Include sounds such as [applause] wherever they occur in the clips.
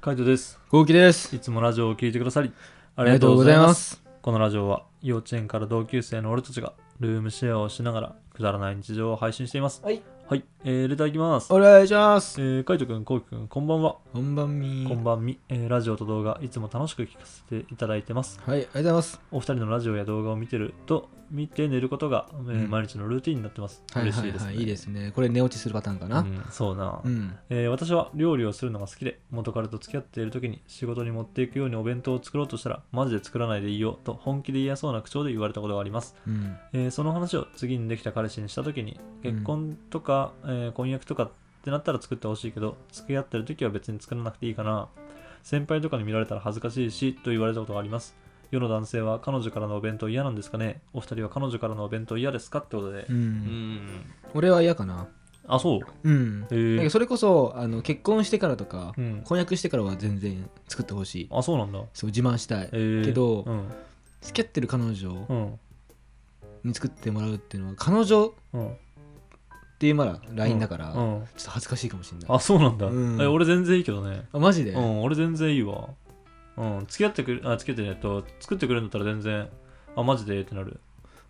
カイトです。ゴーキです。いつもラジオを聞いてくださり、あありがとうございます。す。このラジオは、幼稚園から同級生の俺たちが、ルームシェアをしながら、くだらない日常を配信しています。はい。はい、えー、レターいきます。お願いしますえ。ー、カイトくん、コウキくん、こんばんは。こんばんみこんばんみ、えーラジオと動画、いつも楽しく聞かせていただいてます。はい、ありがとうございます。お二人のラジオや動画を見てると、見て寝ることが、えーうん毎日のルーティンになってます。はい嬉はしいいです、はねい。いいですね。これ寝落ちするパターンかな。うん、そうな。うん。えー私は料理をするのが好きで元彼と付き合っている時に仕事に持っていくようにお弁当を作ろうとしたらマジで作らないでいいよと本気で嫌そうな口調で言われたことがあります、うん。えーその話を次にできた彼氏にした時に結婚とか、えー婚約とかってなったら作ってほしいけど付き合ってる時は別に作らなくていいかな先輩とかに見られたら恥ずかしいしと言われたことがあります世の男性は彼女からのお弁当嫌なんですかねお二人は彼女からのお弁当嫌ですかってことでううんん。俺は嫌かな。あそううん。えなーんかそれこそあの結婚してからとかう、ん、婚約してからは全然作ってほしい。あそうなんだそう自慢したいえ。ーけどうん付き合ってる彼女うんに作ってもらうっていうのは彼女っうんていうまだラインだから、うちょん、っと恥ずかしいかもしれない。あそうなんだ、うんえ俺全然いいけどねあマジでう。ん俺全然いいわうん付き合ってくれあ付き合ってねえっと作ってくれるんだったら全然あマジでってなる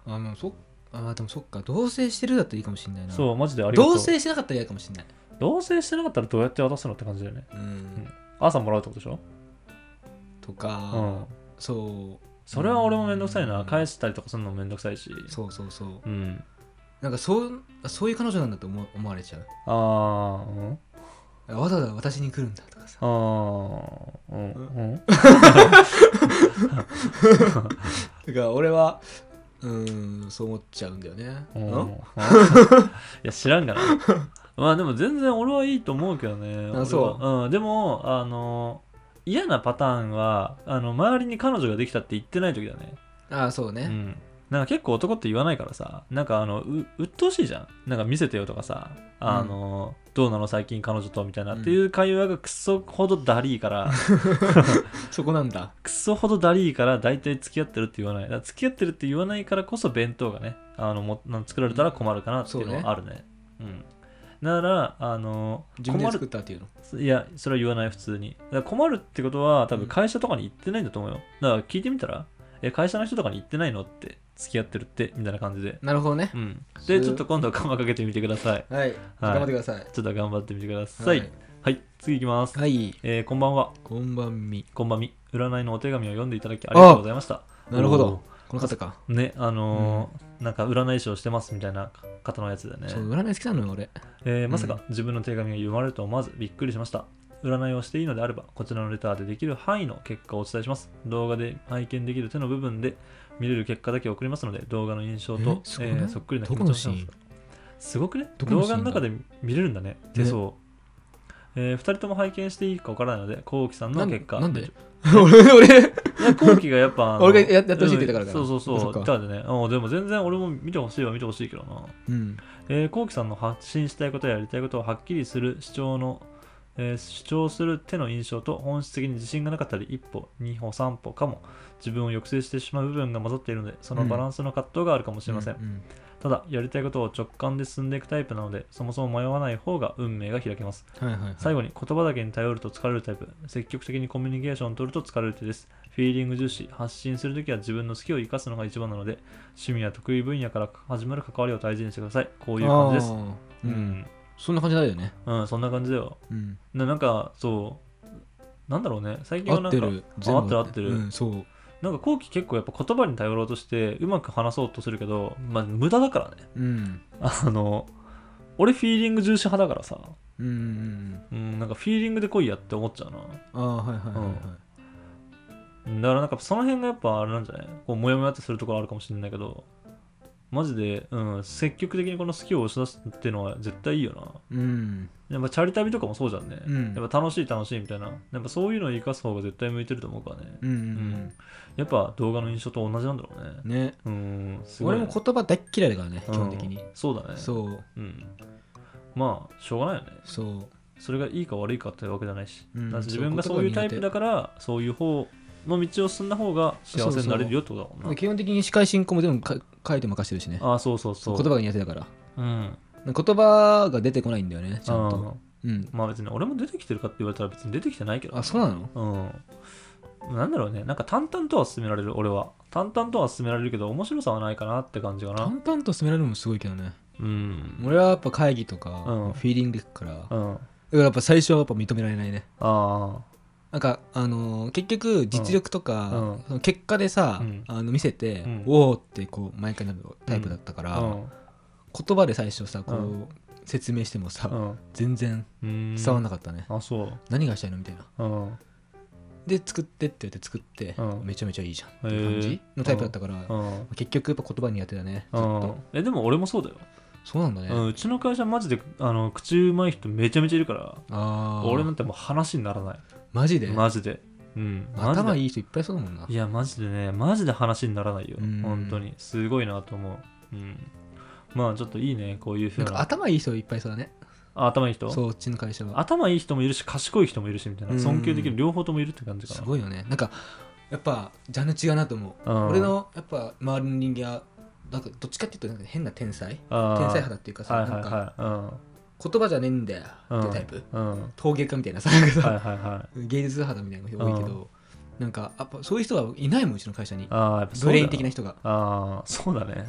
あまあそっあでもそっか同棲してるだったらいいかもしれないな。そうマジでありがとう同棲してなかったら嫌かもしれない。同棲してなかったらどうやって渡すのって感じだよねうん、朝もらうってことでしょとうか、んそそれは俺もめんどくさいな、うん返したりとかするのもめんどくさいしうそうそうそううんなんかそうそういう彼女なんだと思思われちゃうあーうんわざわざ私に来るんだとかさあーうんうんだから俺はうんそう思っちゃうんだよねうんん [laughs] いや知らんがなまあでも全然俺はいいと思うけどねあそう俺はうん、でもあの嫌なパターンはあの周りに彼女ができたって言ってない時だねああそううね、んなんか結構男って言わないからさなんかあのう鬱陶しいじゃんなんか見せてよとかさあの、どうなの最近彼女とみたいな、うんっていう会話がクソほどだりーからそこなんだクソほどだりーから大体付き合ってるって言わないだから付き合ってるって言わないからこそ弁当がねあのもなん作られたら困るかなっていうのはあるねうんだからあの自分困で作るったっていうのいやそれは言わない普通にだから困るってことは多分会社とかに行ってないんだと思うよだから聞いてみたらえ会社の人とかに行ってないのって付き合ってるってみたいな感じでなるほどねうんそでうちょっと今度はカマかけてみてくださいはい、頑張ってくださいちょっと頑張ってみてくださいはい、次いきます、はい、えーこんばんはこんばんみこんばんみ占いのお手紙を読んでいただきありがとうございましたなるほおーどこの方か、ねあのーなんか占い師をしてますみたいな方のやつだよねそう占い好きなのよ俺えーまさか自分の手紙が読まれると思わずびっくりしました占いをしていいのであればこちらのレターでできる範囲の結果をお伝えします動画で拝見できる手の部分で見れる結果だけ送りますので動画の印象とえ、すえごいねーそっくりな気ど持こちのをしシますーンすごくねどこ動のシー画のン中だで見れるんだね手相、えー、2人とも拝見していいかわからないので、こうきさんのなん結果。なんで [laughs] い俺俺や、こうきがやっぱあの。俺がややってほしいって言ったからだうんそうそうそ。そうっ言かったんでね。うんでも全然俺も見てほしいは見てほしいけどな。うんえー、こうきさんの発信したいことややりたいことをはっきりする主張の、えー主張する手の印象と本質的に自信がなかったり一歩二歩三歩かも自分を抑制してしまう部分が混ざっているのでそのバランスの葛藤があるかもしれません、ううんただやりたいことを直感で進んでいくタイプなのでそもそも迷わない方が運命が開けますはいはい、はい、最後に言葉だけに頼ると疲れるタイプ積極的にコミュニケーションを取ると疲れる手ですフィーリング重視発信するときは自分の好きを生かすのが一番なので趣味や得意分野から始まる関わりを大事にしてくださいこういう感じですあうーうんん、そんな感じだよね、うん、そんな感じだよ。うん、ななんか、そう、なんだろうね、最近は合なっんかて、るあ合ってる合ってるうん、そうなんか後期結構やっぱ言葉に頼ろうとして、うまく話そうとするけど、まあ、無駄だからね。うんあの、俺フィーリング重視派だからさ、うんうんうんうん、なんかフィーリングで来いやって思っちゃうな。ああはいはいはいはうい、んだからなんかその辺がやっぱあれなんじゃないこう、モヤモヤってするところあるかもしれないけど、マジで、うん、積極的にこの好きを押し出すっていうのは絶対いいよな。うんやっぱチャリ旅とかもそうじゃんね。うんやっぱ楽しい楽しいみたいな。やっぱそういうのを生かす方が絶対向いてると思うからね。うんううんんやっぱ動画の印象と同じなんだろうね。うんねうん、すごい俺ね、も言葉大っ嫌いだからね基本的にうんそうだね。そううん。まあ、しょうがないよね。そうそれがいいか悪いかってわけじゃないし。うんだから自そう分がそういうタイプだから、そういう方の道を進んだ方が幸せになれるよってことだもんな。で基本的に司会進行も全部か書いて任せてるしねああ、そうそうそう。言葉が苦手だからうん。言葉が出てこないんだよねちゃんとうんうん。まあ別に俺も出てきてるかって言われたら別に出てきてないけどあ、そうなのうん。なんだろうね、なんか淡々とは進められる、俺は。淡々とは進められるけど、面白さはないかなって感じかな。淡々と進められるのもすごいけどね。うん。俺はやっぱ会議とか、うんフィーリングから、だかうん。あらやっぱ最初はやっぱ認められないね。あなんか、あのー結局実力とか、うんその結果でさ、うんあの見せて、うんおおってこう毎回なるタイプだったから、ー。言葉で最初さこう、う説明してもさ、うん。うん。全然うん伝わんなかったね、あ、そう。何がしたいのみたいなうん。で作ってって言って作って、うんめちゃめちゃいいじゃんっていう感へじーのタイプだったから、うん。結局やっぱ言葉苦手だねずうっんと、えでも俺もそうだよ、そうなんだね、うん、うちの会社マジであの口うまい人めちゃめちゃいるからああ俺なんてもう話にならないマジでマジで、うん、マジで頭いい人いっぱいそうだもんないや、マジでね、マジで話にならないよ。うん本当に。すごいなと思う。うん。まあ、ちょっといいね、こういうふうなんかな。頭いい人いっぱいそうだねあ頭いい人そううちの会社は頭いい人もいるし、賢い人もいるし、みたいな。うん尊敬できる、両方ともいるって感じかすな。ごいよねなんかやっぱジャンル違うなと思ううん俺のやっぱ周りの人間はなんかどっちかっていうとなんか変な天才あ天ー才肌っていうかさ、はいはなんいかは言葉じゃねえんだようんってタイプ、い。うん。うん。陶芸家みたいなさなんかはいさはいはい。芸術肌みたいな人多いけど、なんかやっぱそういう人はいないもんうちの会社にああ、やっぱそうブだレイン的な人がああ、そうだ [laughs] ね。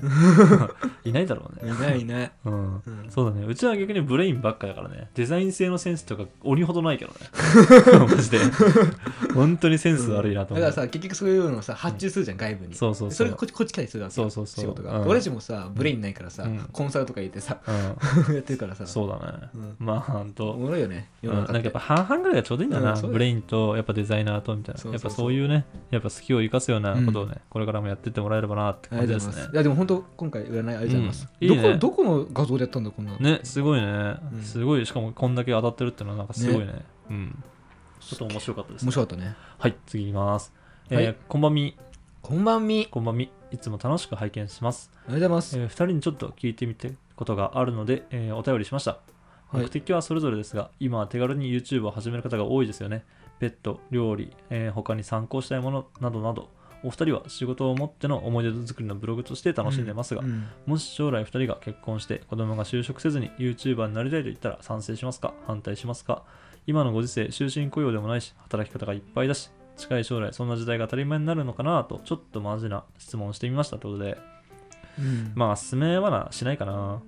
いないだろういね。ない [laughs] いない、うん。うんそうだね。うちは逆にブレインばっかだからね。デザイン性のセンスとか鬼ほどないけ [laughs] どね。マジで。本当にセンス悪いなと思う。だからさ結局そういうのをさ発注するじゃん、外部にそうそうそう。それがこっちこっち来たりするわけそうそうそう仕事が、うん俺たちもさブレインないからさ、うんコンサルとか入れてさ [laughs] うやってるからさん、 [laughs] そうだね。うんまあ、ほんおと。もろいよねう世ん、のなん中かやって、っぱ半々ぐらいがちょうどいいんだな、うんそうだよブレインとやっぱデザイナーとみたいなそうそうそうやっぱそういうねやっぱスキルを生かすようなことをね、これからもやってってもらえればなってあ感りじでがとうすございまねす。いやでも本当今回いらないありがとうございます。うんいいねどこどこの画像でやったんだこんなの。ねすごいね、うんすごいしかもこんだけ当たってるってのはなんかすごいねうんちょっと面白かったです面白かったね。はい次いきます、えはーいこんばんみこんばんみ。こんばんみいつも楽しく拝見しますありがとうございます。え2人にちょっと聞いてみてことがあるので、えーお便りしました、はい目的はそれぞれですが今は手軽に YouTube を始める方が多いですよねペット料理、えー他に参考したいものなどなどお二人は仕事を持っての思い出作りのブログとして楽しんでますが、うんもし将来2人が結婚して子供が就職せずに YouTuber になりたいと言ったら賛成しますか反対しますか今のご時世終身雇用でもないし働き方がいっぱいだし近い将来そんな時代が当たり前になるのかなとちょっとマジな質問をしてみましたということでうんまあ、勧めはなしないかな。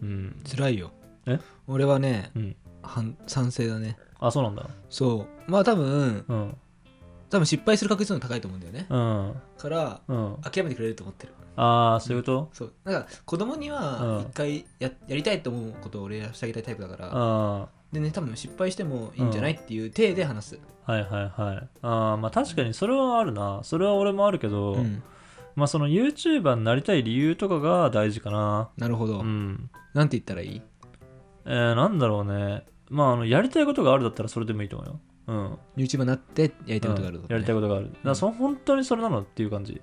うん。辛いよ。え俺はねうん。反賛成だね。あ、そうなんだ。そう。まあ多分うん。多分失敗する確率の方が高いと思うんだよね。うん。からうん。諦めてくれると思ってる。ああ、そういうことそう。だから子供にうはん一回ややりたいと思うことを俺はしてあげたいタイプだから。あでね多分失敗してもいいんじゃないっていう体で話す。あ。はいはいはい。ああ、まあ確かにそれはあるな。それは俺もあるけど、うんまあその YouTuber になりたい理由とかが大事かな。なるほどう。ん。なんて言ったらいい？えー、なんだろうね。まあ、あの、やりたいことがあるだったらそれでもいいと思うよ。うん。 YouTuber になってやりたいことがあるうとんやりたいことがある。だからそ、本当にそれなのっていう感じ。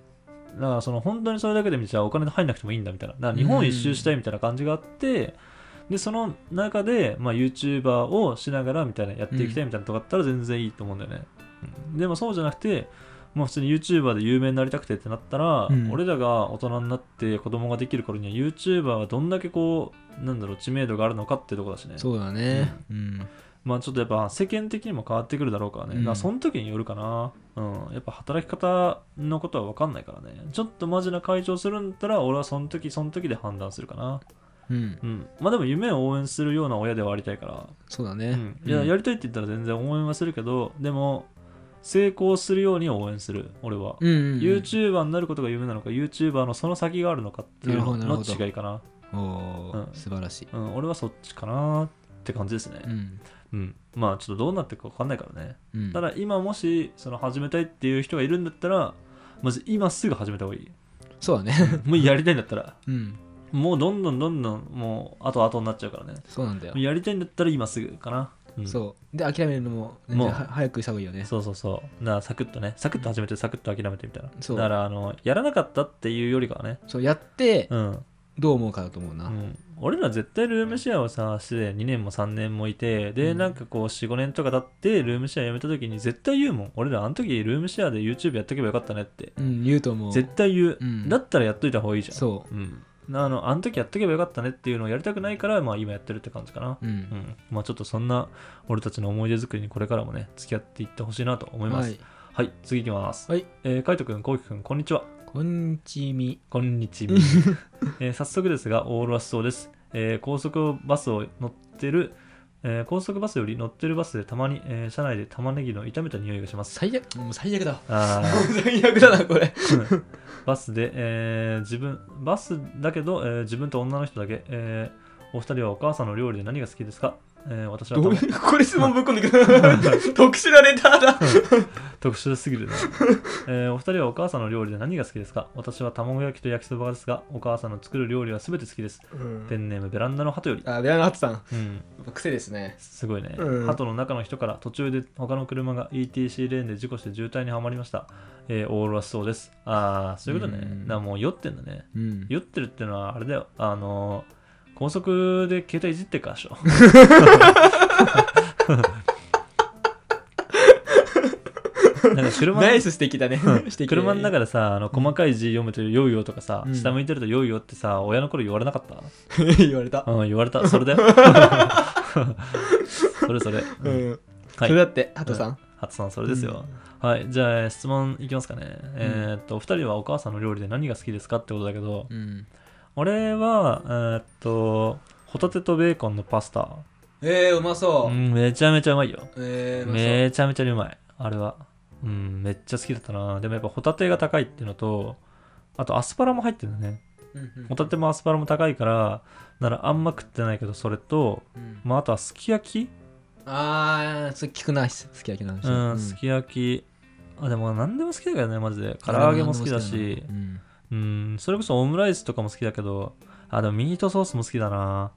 だから、その、本当にそれだけで見ちゃお金入んなくてもいいんだみたいな。だから日本一周したいみたいな感じがあって、で、その中で、まあ、YouTuber をしながらみたいな、やっていきたいみたいなとかあったら全然いいと思うんだよね。うんでも、そうじゃなくて、もう普通に YouTuber で有名になりたくてってなったら、うん俺らが大人になって子供ができる頃には YouTuber がどんだけこう、なんだろう、知名度があるのかってとこだしね。そうだね。うん。まあちょっとやっぱ世間的にも変わってくるだろうからね。うんだからその時によるかな。うん。やっぱ働き方のことは分かんないからね。ちょっとマジな会長するんだったら、俺はその時その時で判断するかな。うん。うん。まあでも夢を応援するような親ではありたいから。そうだうねん。。いや、やりたいって言ったら全然応援はするけど、でも、成功するように応援する、俺は。うんうんうん。 YouTuber になることが夢なのか、YouTuber のその先があるのかっていうのなるほどなるほどの違いかな。おーうん素晴らしい。うん。俺はそっちかなって感じですねう。ん。うん。まあちょっとどうなっていくか分かんないからね。うんただ今もしその始めたいっていう人がいるんだったらまず今すぐ始めた方がいいそうだね。もうやりたいんだったら [laughs] うん。もうどんどんどんどんもう後々になっちゃうからねそうなんだよもう。やりたいんだったら今すぐかな、うんそう。で、諦めるのも、全もう然は早くした方がいいよね。そうそうそうだからサクッとねサクッと始めてサクッと諦めてみたいなそうだからあのやらなかったっていうよりかはねそう、やって、うん、どう思うかだと思ううな。ん、俺ら絶対ルームシェアをさして2年も3年もいてで、うんなんかこう45年とか経ってルームシェアやめた時に絶対言うもん俺らあの時ルームシェアで YouTube やっとけばよかったねってうん、言うと思う。絶対言う、うんだったらやっといた方がいいじゃんそう。うん、あのあの時やっとけばよかったねっていうのをやりたくないから、まあ、今やってるって感じかな、ううんんまあ、ちょっとそんな俺たちの思い出作りにこれからもね付き合っていってほしいなと思いますははいい、、次いきます、はいえー、カイトくんこうきくんこんにちはこんちみこんに [laughs] ちは、えー早速ですがオーロラスそうです、えー高速バスを乗ってる、えー高速バスより乗ってるバスでたまに、えー車内で玉ねぎの炒めた匂いがします最悪もう最 [laughs] 悪だあー最悪だなこれうん [laughs] バスで、えー自分バスだけど、えー自分と女の人だけ、えーお二人はお母さんの料理で何が好きですか、えー私はどう卵いうこれ質問ぶっこんでくる [laughs] 特殊なレターだ特殊すぎるな、えーお二人はお母さんの料理で何が好きですか私は卵焼きと焼きそばですがお母さんの作る料理は全て好きですペンネームベランダの鳩より、あベラのハトさんやうん、っぱ癖ですねすごいね、うん鳩の中の人から途中で他の車が ETC レーンで事故して渋滞にはまりました、えー、オーロラそうですああそういうことね、うんだからもう酔ってんだねうん酔ってるってのはあれだよあの高速で携帯いじってるからでしょなんか車ナイス指摘だね指摘車の中でさあの細かい字読むと「酔うよ」とかさ、うん下向いてると「酔うよ」ってさ親の頃言われなかった [laughs] 言われたうん、言われた。それだよ。それそれ。ううんんそはいれだってハトさんハツさん、それですよ。はい。じゃあ、質問いきますかね。えーっと、お二人はお母さんの料理で何が好きですかってことだけど、うん俺は、えーっと、ホタテとベーコンのパスタ。、えーうまそううんめちゃめちゃうまいよ。えーうまそうめちゃめちゃにうまい。あれは。うん、めっちゃ好きだったな。でもやっぱホタテが高いっていうのと、あとアスパラも入ってるんだね。うんうんホタテもアスパラも高いから、ならあんま食ってないけど、それと、うんまああとはすき焼きああそれ聞くなす好き焼きの話うん、うんすき焼きあでも何でも好きだけどねマジで唐揚げも好きだしうんうんそれこそオムライスとかも好きだけどあでもミートソースも好きだな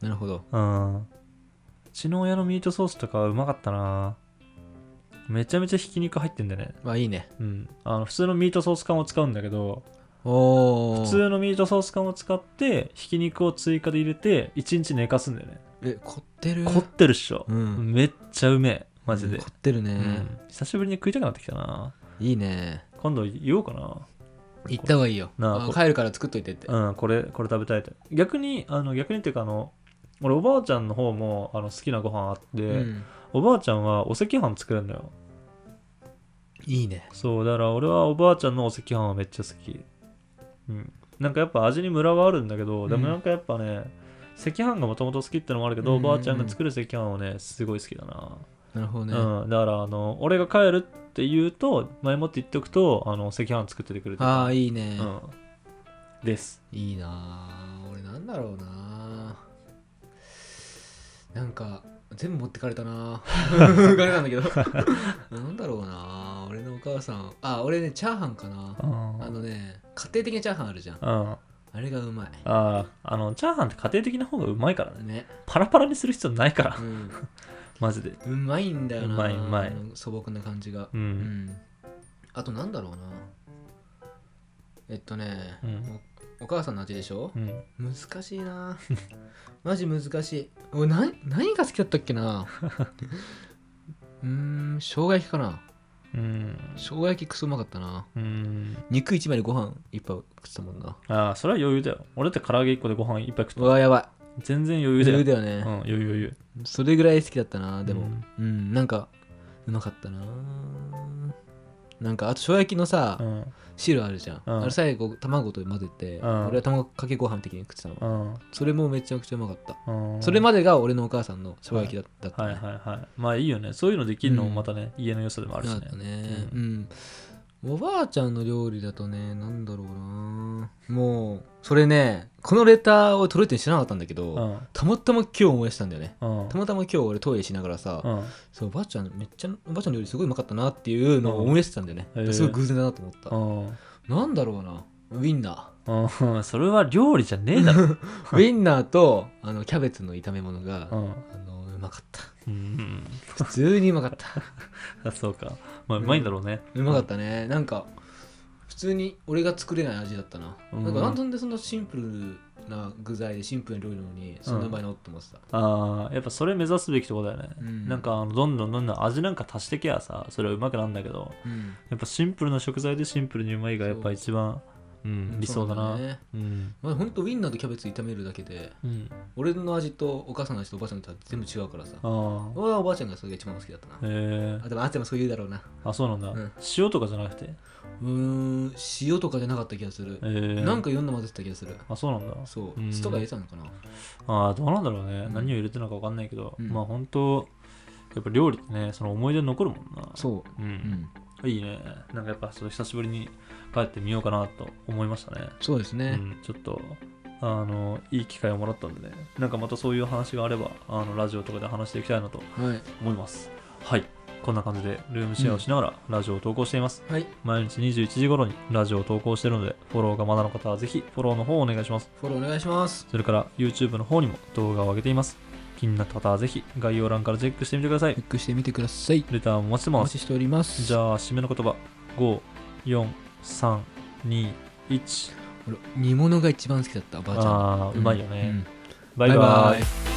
なるほどうんうちの親のミートソースとかはうまかったなめちゃめちゃひき肉入ってんだよねまあいいねうんあの普通のミートソース缶を使うんだけどおお普通のミートソース缶を使ってひき肉を追加で入れて1日寝かすんだよねえ凝ってる凝ってるっしょ、うんめっちゃうめえマジで、凝ってるうねん久しぶりに食いたくなってきたないいね今度言おうかな行った方がいいよなああこ帰るから作っといてってうん、これ、これ食べたいって。逆に、あの、逆にっていうか、あの、俺、おばあちゃんの方も、あの、好きなご飯あって、うんおばあちゃんはお赤飯作るんだよ。いいねそう、だから俺はおばあちゃんのお赤飯はめっちゃ好き。うん。なんかやっぱ味にムラはあるんだけど、でもなんかやっぱね、赤飯がもともと好きってのもあるけど、うんうんうんおばあちゃんが作る赤飯はね、すごい好きだな。なるほどねうん。だから、あの、俺が帰るって言うと、前もって言っておくと、あの、赤飯作っててくれてる。ああいいねうん。です。いいなあ俺なんだろうななんか全部持ってかれたな浮かれたんだけどなんだろうな俺のお母さんあ俺ねチャーハンかなうんあのね家庭的なチャーハンあるじゃんうん。あれがうまああ、あの、チャーハンって家庭的な方がうまいからいね。ね、パラパラにする必要ないかうら、ん、マジで。うまいんだよなうまいうまいあの素朴な感じがう。うんんあとなんだろうなえっとね、うんおお母さんの味でしょうん。難しいな [laughs] マジ難しい俺な何が好きだったっけな [laughs] うーん生姜焼きかなうん。生姜焼きクソうまかったなうん。肉一枚でご飯一杯食ってたもんなああ、それは余裕だよ。俺だって唐揚げ1個でご飯いっぱい食ってうわやば全然余い裕だよ。余裕だよね、うん、余裕余裕。それぐらい好きだったなでもうんうん、なんかうまかったななんかあと生姜焼きのさ、うん。汁あるじゃん、うんあれ最後卵と混ぜて、うん俺は卵かけご飯的に食ってたのうん。それもめちゃくちゃうまかった、うんそれまでが俺のお母さんの生姜焼きだだった、はねいはいはい。まあいいよね。そういうのできるのもまたね、家の良さでもあるしだっねた。ねううん、おばあちゃんの料理だとねなんだろうなもうそれねこのレターを取るって知らなかったんだけど、うん。たまたま今日思い出したんだよねうん。たまたま今日俺トイレしながらさ、うん。そうおばあちゃんめっちゃおばあちゃんの料理すごいうまかったなっていうのを思い出してたんだよね、うんへえすごい偶然だなと思った、うんなんだろうなウィンナうん。 [laughs] それは料理じゃねえだ [laughs] ろ。ーウィンナーとあのキャベツの炒め物が、うん。あのうまかったうん。 [laughs] 普通にうまかったあそうか。まあうまいんだろうね。うまかったねなんか普通に俺が作れない味だったな,、うんなんかなんでそんなシンプルな具材でシンプルな料理なのにそんなうまいのって思ってた、ああ、やっぱそれ目指すべきとこだよね。うんなんかあのどんどんどんどん味なんか足してきゃさそれはうまくなんだけどうんやっぱシンプルな食材でシンプルにうまいがやっぱ一番うん、理想だな。そううねん。まあ、ほんとウインナーとキャベツ炒めるだけでうん。俺の味とお母さんの味とおばあちゃんの味は全部違うからさああ。俺はおばあちゃんがそれが一番好きだったなへえあでもあってもそう言うだろうなあ、そうなんだ、うん塩とかじゃなくて。へうーん塩とかじゃなかった気がするえなんかいろんな混ぜてた気がするあ、そうなんだ。そううん酢とか入れたのかなああ、どうなんだろうね。うん何を入れてるのか分かんないけど、うんまあ本当やっぱ料理ってね、その思い出に残るもんな。。そうう、ん。いいね。なんかやっぱ、久しぶりに帰ってみようかなと思いましたね。そうですうね、ん、ちょっと。あのいい機会をもらったんでね、なんかまたそういう話があれば、あのラジオとかで話していきたいなとはい思います。はい。こんな感じでルームシェアをしながらラジオを投稿しています。はい毎日21時頃にラジオを投稿しているので、フォローがまだの方はぜひフォローの方をお願いします。フォローお願いしますそれから YouTube の方にも動画を上げています。気になった方はぜひ概要欄からチェックしてみてくださいチェ。ックしてみてくださいレターもお待ちしておま待す。ちしておりますじゃあ、締めの言葉。5、4、3、2、1。俺煮物が一番好きだったおばあちゃんのあー、うまいよね。うんバイバイ。イ